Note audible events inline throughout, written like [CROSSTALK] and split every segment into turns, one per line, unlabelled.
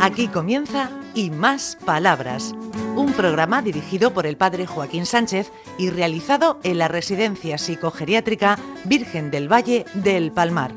Aquí comienza Y Más Palabras, un programa dirigido por el padre Joaquín Sánchez y realizado en la Residencia Psicogeriátrica Virgen del Valle del Palmar.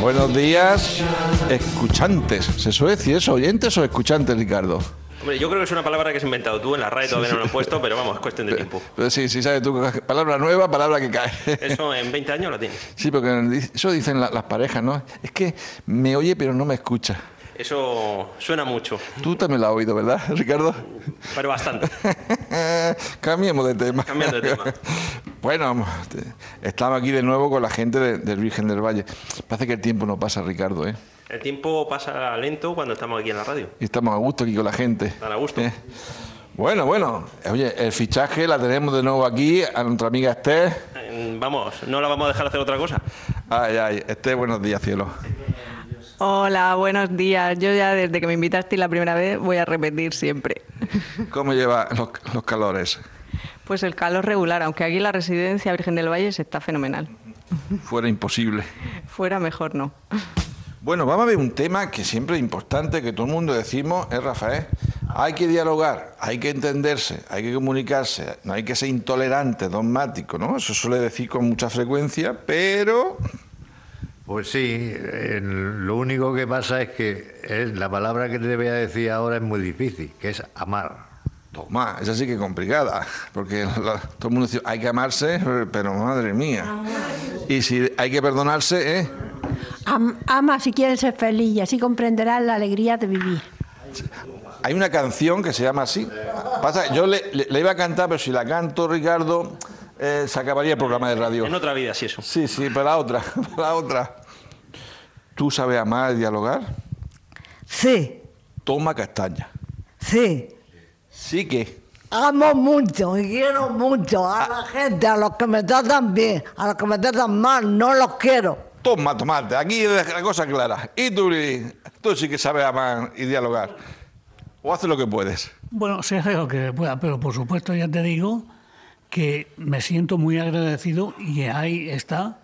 Buenos días, escuchantes. ¿Se suele decir eso? ¿Oyentes o escuchantes, Ricardo?
Hombre, yo creo que es una palabra que has inventado tú en la radio, todavía no lo han puesto, pero vamos, es cuestión de tiempo.
Pero sí, sí, sabes tú, palabra nueva, palabra que cae. [LAUGHS]
Eso en 20 años lo tienes.
Sí, porque eso dicen la- las parejas, ¿no? Es que me oye pero no me escucha.
Eso suena mucho,
Tú también la has oído, ¿verdad, [LAUGHS] Ricardo?
pero bastante.
Cambiemos de tema.
Cambiando de tema.
[LAUGHS] Bueno, te- estamos aquí de nuevo con la gente de- del Virgen del Valle. Parece que el tiempo no pasa, Ricardo, ¿eh?
El tiempo pasa lento cuando estamos aquí en la radio.
Y estamos a gusto aquí con la gente.
Tan a gusto.
Eh. Bueno, bueno. Oye, el fichaje la tenemos de nuevo aquí a nuestra amiga Esther.
Eh, Vamos, no la vamos a dejar hacer otra cosa.
Ay, ay, Esther, buenos días, cielo.
Hola, buenos días. Yo ya desde que me invitaste la primera vez voy a repetir siempre.
¿Cómo lleva los, los calores?
Pues el calor regular, aunque aquí la residencia Virgen del Valle se está fenomenal.
Fuera imposible.
Fuera mejor no.
Bueno, vamos a ver un tema que siempre es importante, que todo el mundo decimos, es Rafael. Hay que dialogar, hay que entenderse, hay que comunicarse, no hay que ser intolerante, dogmático, ¿no? Eso suele decir con mucha frecuencia, pero
Pues sí, el- lo único que pasa es que es- la palabra que te voy a decir ahora es muy difícil, que es amar.
Toma, Pues, esa sí que es complicada, porque la- todo el mundo dice, hay que amarse, pero madre mía. Y si hay que perdonarse, ¿eh?
Am- ama si quieres ser feliz y así comprenderás la alegría de vivir.
Hay una canción que se llama así. Pasa, yo le, le- le iba a cantar, pero si la canto, Ricardo, eh, se acabaría el programa de radio.
En otra vida, sí, eso.
Sí, sí, para la otra, [LAUGHS] para la otra. ¿Tú sabes amar y dialogar?
Sí,
Toma castaña.
sí.
Sí que...
Amo mucho y quiero mucho a la gente, a los que me tratan bien, a los que me tratan mal, no los quiero.
Toma, tomate. Aquí es la cosa clara. Y tú, Lili? tú sí que sabes amar y dialogar. O haces lo que puedes.
Bueno, se hace lo que pueda, pero por supuesto ya te digo que me siento muy agradecido y ahí está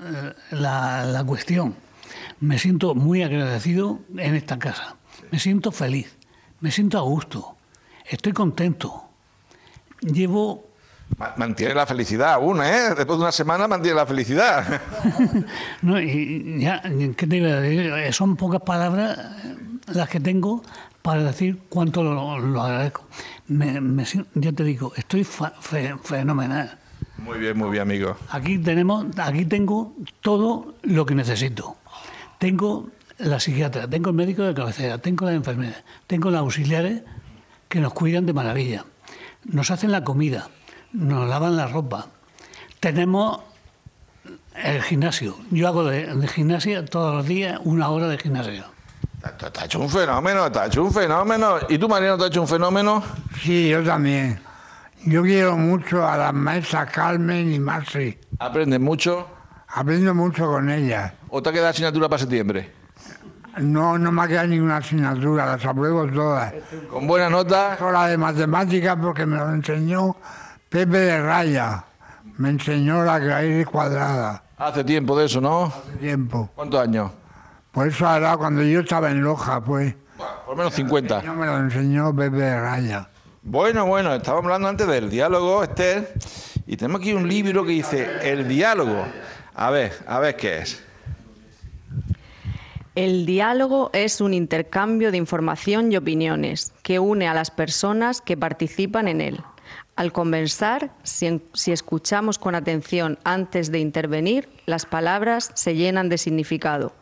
eh, la, la cuestión. Me siento muy agradecido en esta casa. Me siento feliz, me siento a gusto, estoy contento. Llevo,
Ma- Mantiene la felicidad aún, ¿eh? Después de una semana mantiene la felicidad.
no, y ya, ¿qué te iba a decir? Eh, Son pocas palabras eh, las que tengo para decir cuánto lo, lo agradezco. Me, me sien- ya te digo, estoy fa- fe- fenomenal.
Muy bien, muy bien, amigo.
Aquí tenemos, aquí tengo todo lo que necesito. Tengo la psiquiatra, tengo el médico de cabecera, tengo las enfermeras, tengo los auxiliares que nos cuidan de maravilla. Nos hacen la comida, nos lavan la ropa. Tenemos el gimnasio. Yo hago de, de gimnasia todos los días una hora de gimnasio.
Te te ha hecho un fenómeno, te ha hecho un fenómeno. ¿Y tú, Mariano, te ha hecho un fenómeno?
Sí, yo también. Yo quiero mucho a las maestras Carmen y Maxi.
¿Aprendes mucho?
Aprendo mucho con ellas.
¿O te ha quedado asignatura para septiembre?
No, no me queda ninguna asignatura, las apruebo todas.
Con buena nota.
Solo la de matemáticas porque me lo enseñó Pepe de Raya. Me enseñó la raíz cuadrada
Hace tiempo de eso, ¿no?
hace tiempo.
¿Cuántos años?
Por eso ahora cuando yo estaba en Loja, pues,
Por lo menos 50.
no me lo enseñó Pepe de Raya.
Bueno, bueno, estábamos hablando antes del diálogo, Esther, y tenemos aquí un libro que dice El diálogo. A ver, a ver qué es.
El diálogo es un intercambio de información y opiniones que une a las personas que participan en él. Al conversar, si, en- si escuchamos con atención antes de intervenir, las palabras se llenan de significado.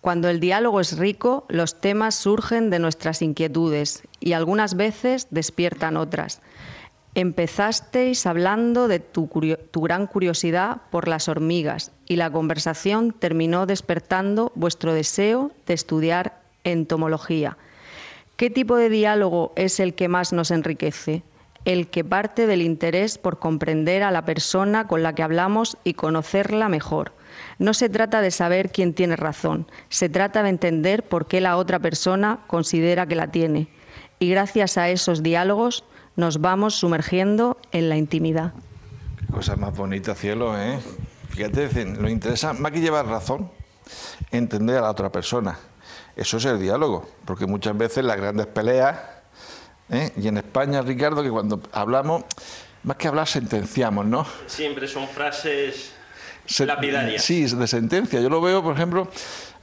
Cuando el diálogo es rico, los temas surgen de nuestras inquietudes y algunas veces despiertan otras. Empezasteis hablando de tu, curio- tu gran curiosidad por las hormigas y la conversación terminó despertando vuestro deseo de estudiar entomología. ¿Qué tipo de diálogo es el que más nos enriquece? El que parte del interés por comprender a la persona con la que hablamos y conocerla mejor. No se trata de saber quién tiene razón, se trata de entender por qué la otra persona considera que la tiene. Y gracias a esos diálogos nos vamos sumergiendo en la intimidad.
Qué cosa más bonita, cielo, ¿eh? Fíjate, dicen, lo interesante, más que llevar razón, entender a la otra persona. Eso es el diálogo, porque muchas veces las grandes peleas, ¿eh? y en España, Ricardo, que cuando hablamos, más que hablar, sentenciamos, ¿no?
Siempre son frases
Se-
lapidarias.
Sí, de sentencia. Yo lo veo, por ejemplo,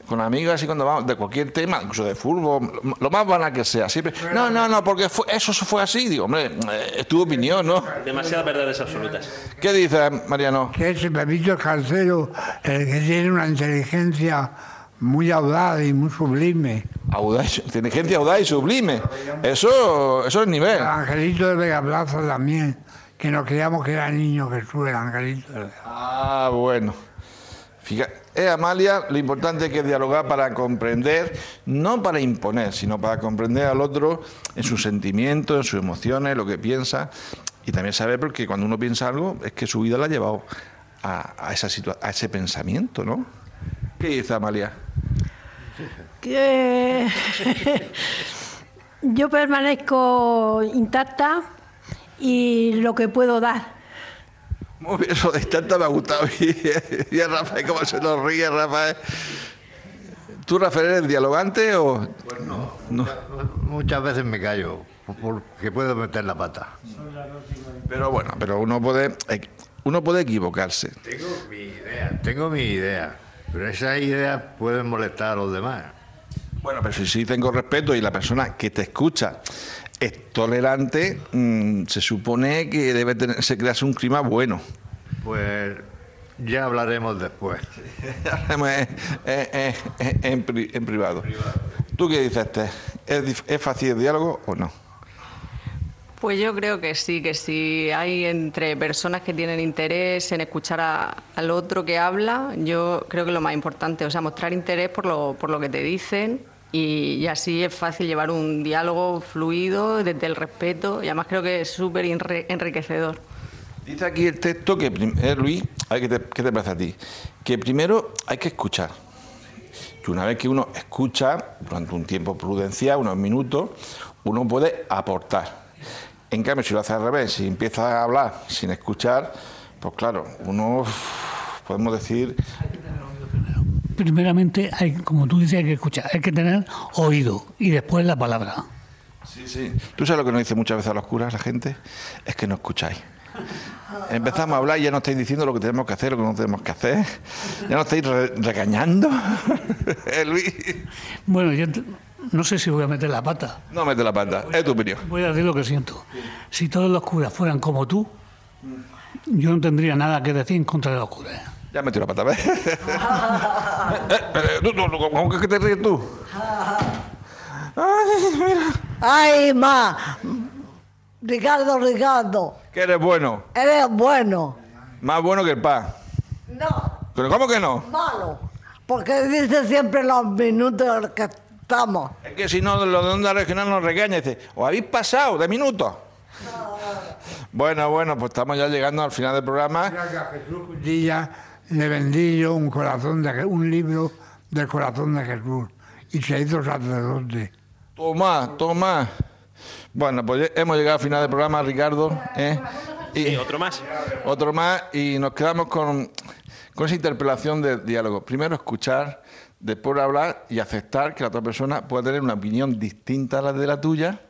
con amigas y cuando vamos de cualquier tema, incluso de fútbol, lo- lo más banal que sea. Siempre, no, no, no, porque fue- eso fue así. Digo, hombre, eh, es tu opinión, ¿no?
Demasiadas verdades absolutas.
¿Qué dices, Mariano?
que es Pepito Escarcero el que tiene una inteligencia muy audaz y muy sublime.
Audaz, [LAUGHS] inteligencia audaz y sublime. Eso, eso es nivel.
El angelito de Vega Plaza también, que nos creíamos que era niño Jesús, el angelito. de Vega.
Ah, bueno. Fíjate, Amalia, lo importante es que dialogar para comprender, no para imponer, sino para comprender al otro en sus sentimientos, en sus emociones, lo que piensa. Y también saber, porque cuando uno piensa algo, es que su vida la ha llevado a, a esa situa- a ese pensamiento, ¿no? ¿Qué dice Amalia?
Que [LAUGHS] yo permanezco intacta y lo que puedo dar.
Muy bien, eso de tanta me ha gustado. [LAUGHS] Y a Rafael, cómo se nos ríe, Rafael. ¿Tú, Rafael, eres dialogante o...? Pues no.
Muchas veces me callo, porque puedo meter la pata.
Pero bueno, pero uno puede, uno puede equivocarse.
Tengo mi idea. Tengo mi idea, pero esas ideas pueden molestar a los demás.
Bueno, pero si, sí tengo respeto y la persona que te escucha es tolerante, mm, se supone que debe tener, se crearse un clima bueno. [LAUGHS]
Pues ya hablaremos después.
Eh, eh, eh, en, pri- en privado. ¿Tú qué dices, Esther? ¿Es, dif- ¿Es fácil el diálogo o no?
Pues yo creo que sí, que si hay entre personas que tienen interés en escuchar a- al otro que habla, yo creo que lo más importante, o sea, mostrar interés por lo, por lo que te dicen y, y así es fácil llevar un diálogo fluido desde el respeto y además creo que es súper enre- enriquecedor.
Dice aquí el texto que, prim- eh, Luis, a ver, ¿qué, te, ¿qué te parece a ti? Que primero hay que escuchar. Que una vez que uno escucha, durante un tiempo prudencial, unos minutos, uno puede aportar. En cambio, si lo hace al revés, si empieza a hablar sin escuchar, pues claro, uno, uff, podemos decir,
Primeramente, hay, como tú dices, hay que escuchar, hay que tener oído y después la palabra.
Sí, sí. ¿Tú sabes lo que nos dice muchas veces a los curas la gente? Es que no escucháis. Empezamos a hablar y ya no estáis diciendo lo que tenemos que hacer, lo que no tenemos que hacer. Ya no estáis re- regañando. [LAUGHS] Eh, Luis,
Bueno, yo t- no sé si voy a meter la pata.
no mete la pata. Es tu opinión.
Voy a decir lo que siento. Si todos los curas fueran como tú, yo no tendría nada que decir en contra de los curas.
Ya metió la pata. ¿ves? [LAUGHS] Eh, pero tú, tú, tú, ¿Cómo que te ríes tú? Ay, mira.
Ay, ma. Ricardo, Ricardo,
Que eres bueno.
eres bueno.
Más bueno que el pan.
No,
¿Pero cómo que no?
malo. Porque dice siempre los minutos que estamos.
Es que si no, lo de Onda Regional nos regaña y dice, os habéis pasado de minutos. [LAUGHS] Bueno, bueno, pues estamos ya llegando al final del programa.
Mira que a Jesús Cutilla le vendí yo un, corazón de, Je- un libro del corazón de Jesús y se hizo sacerdote.
Toma, toma. Bueno, pues ya hemos llegado al final del programa, Ricardo. ¿eh?
Y
Y
otro más.
otro más y nos quedamos con, con esa interpelación de diálogo. Primero escuchar, después hablar y aceptar que la otra persona pueda tener una opinión distinta a la de la tuya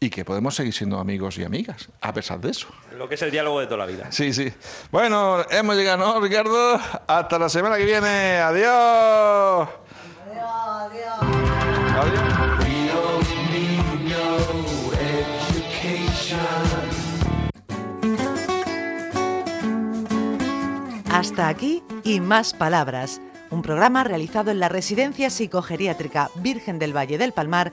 y que podemos seguir siendo amigos y amigas, a pesar de eso.
Lo que es el diálogo de toda la vida.
Sí, sí. Bueno, hemos llegado, ¿no, Ricardo? Hasta la semana que viene. Adiós. Adiós, adiós.
Hasta aquí y más palabras, un programa realizado en la Residencia Psicogeriátrica Virgen del Valle del Palmar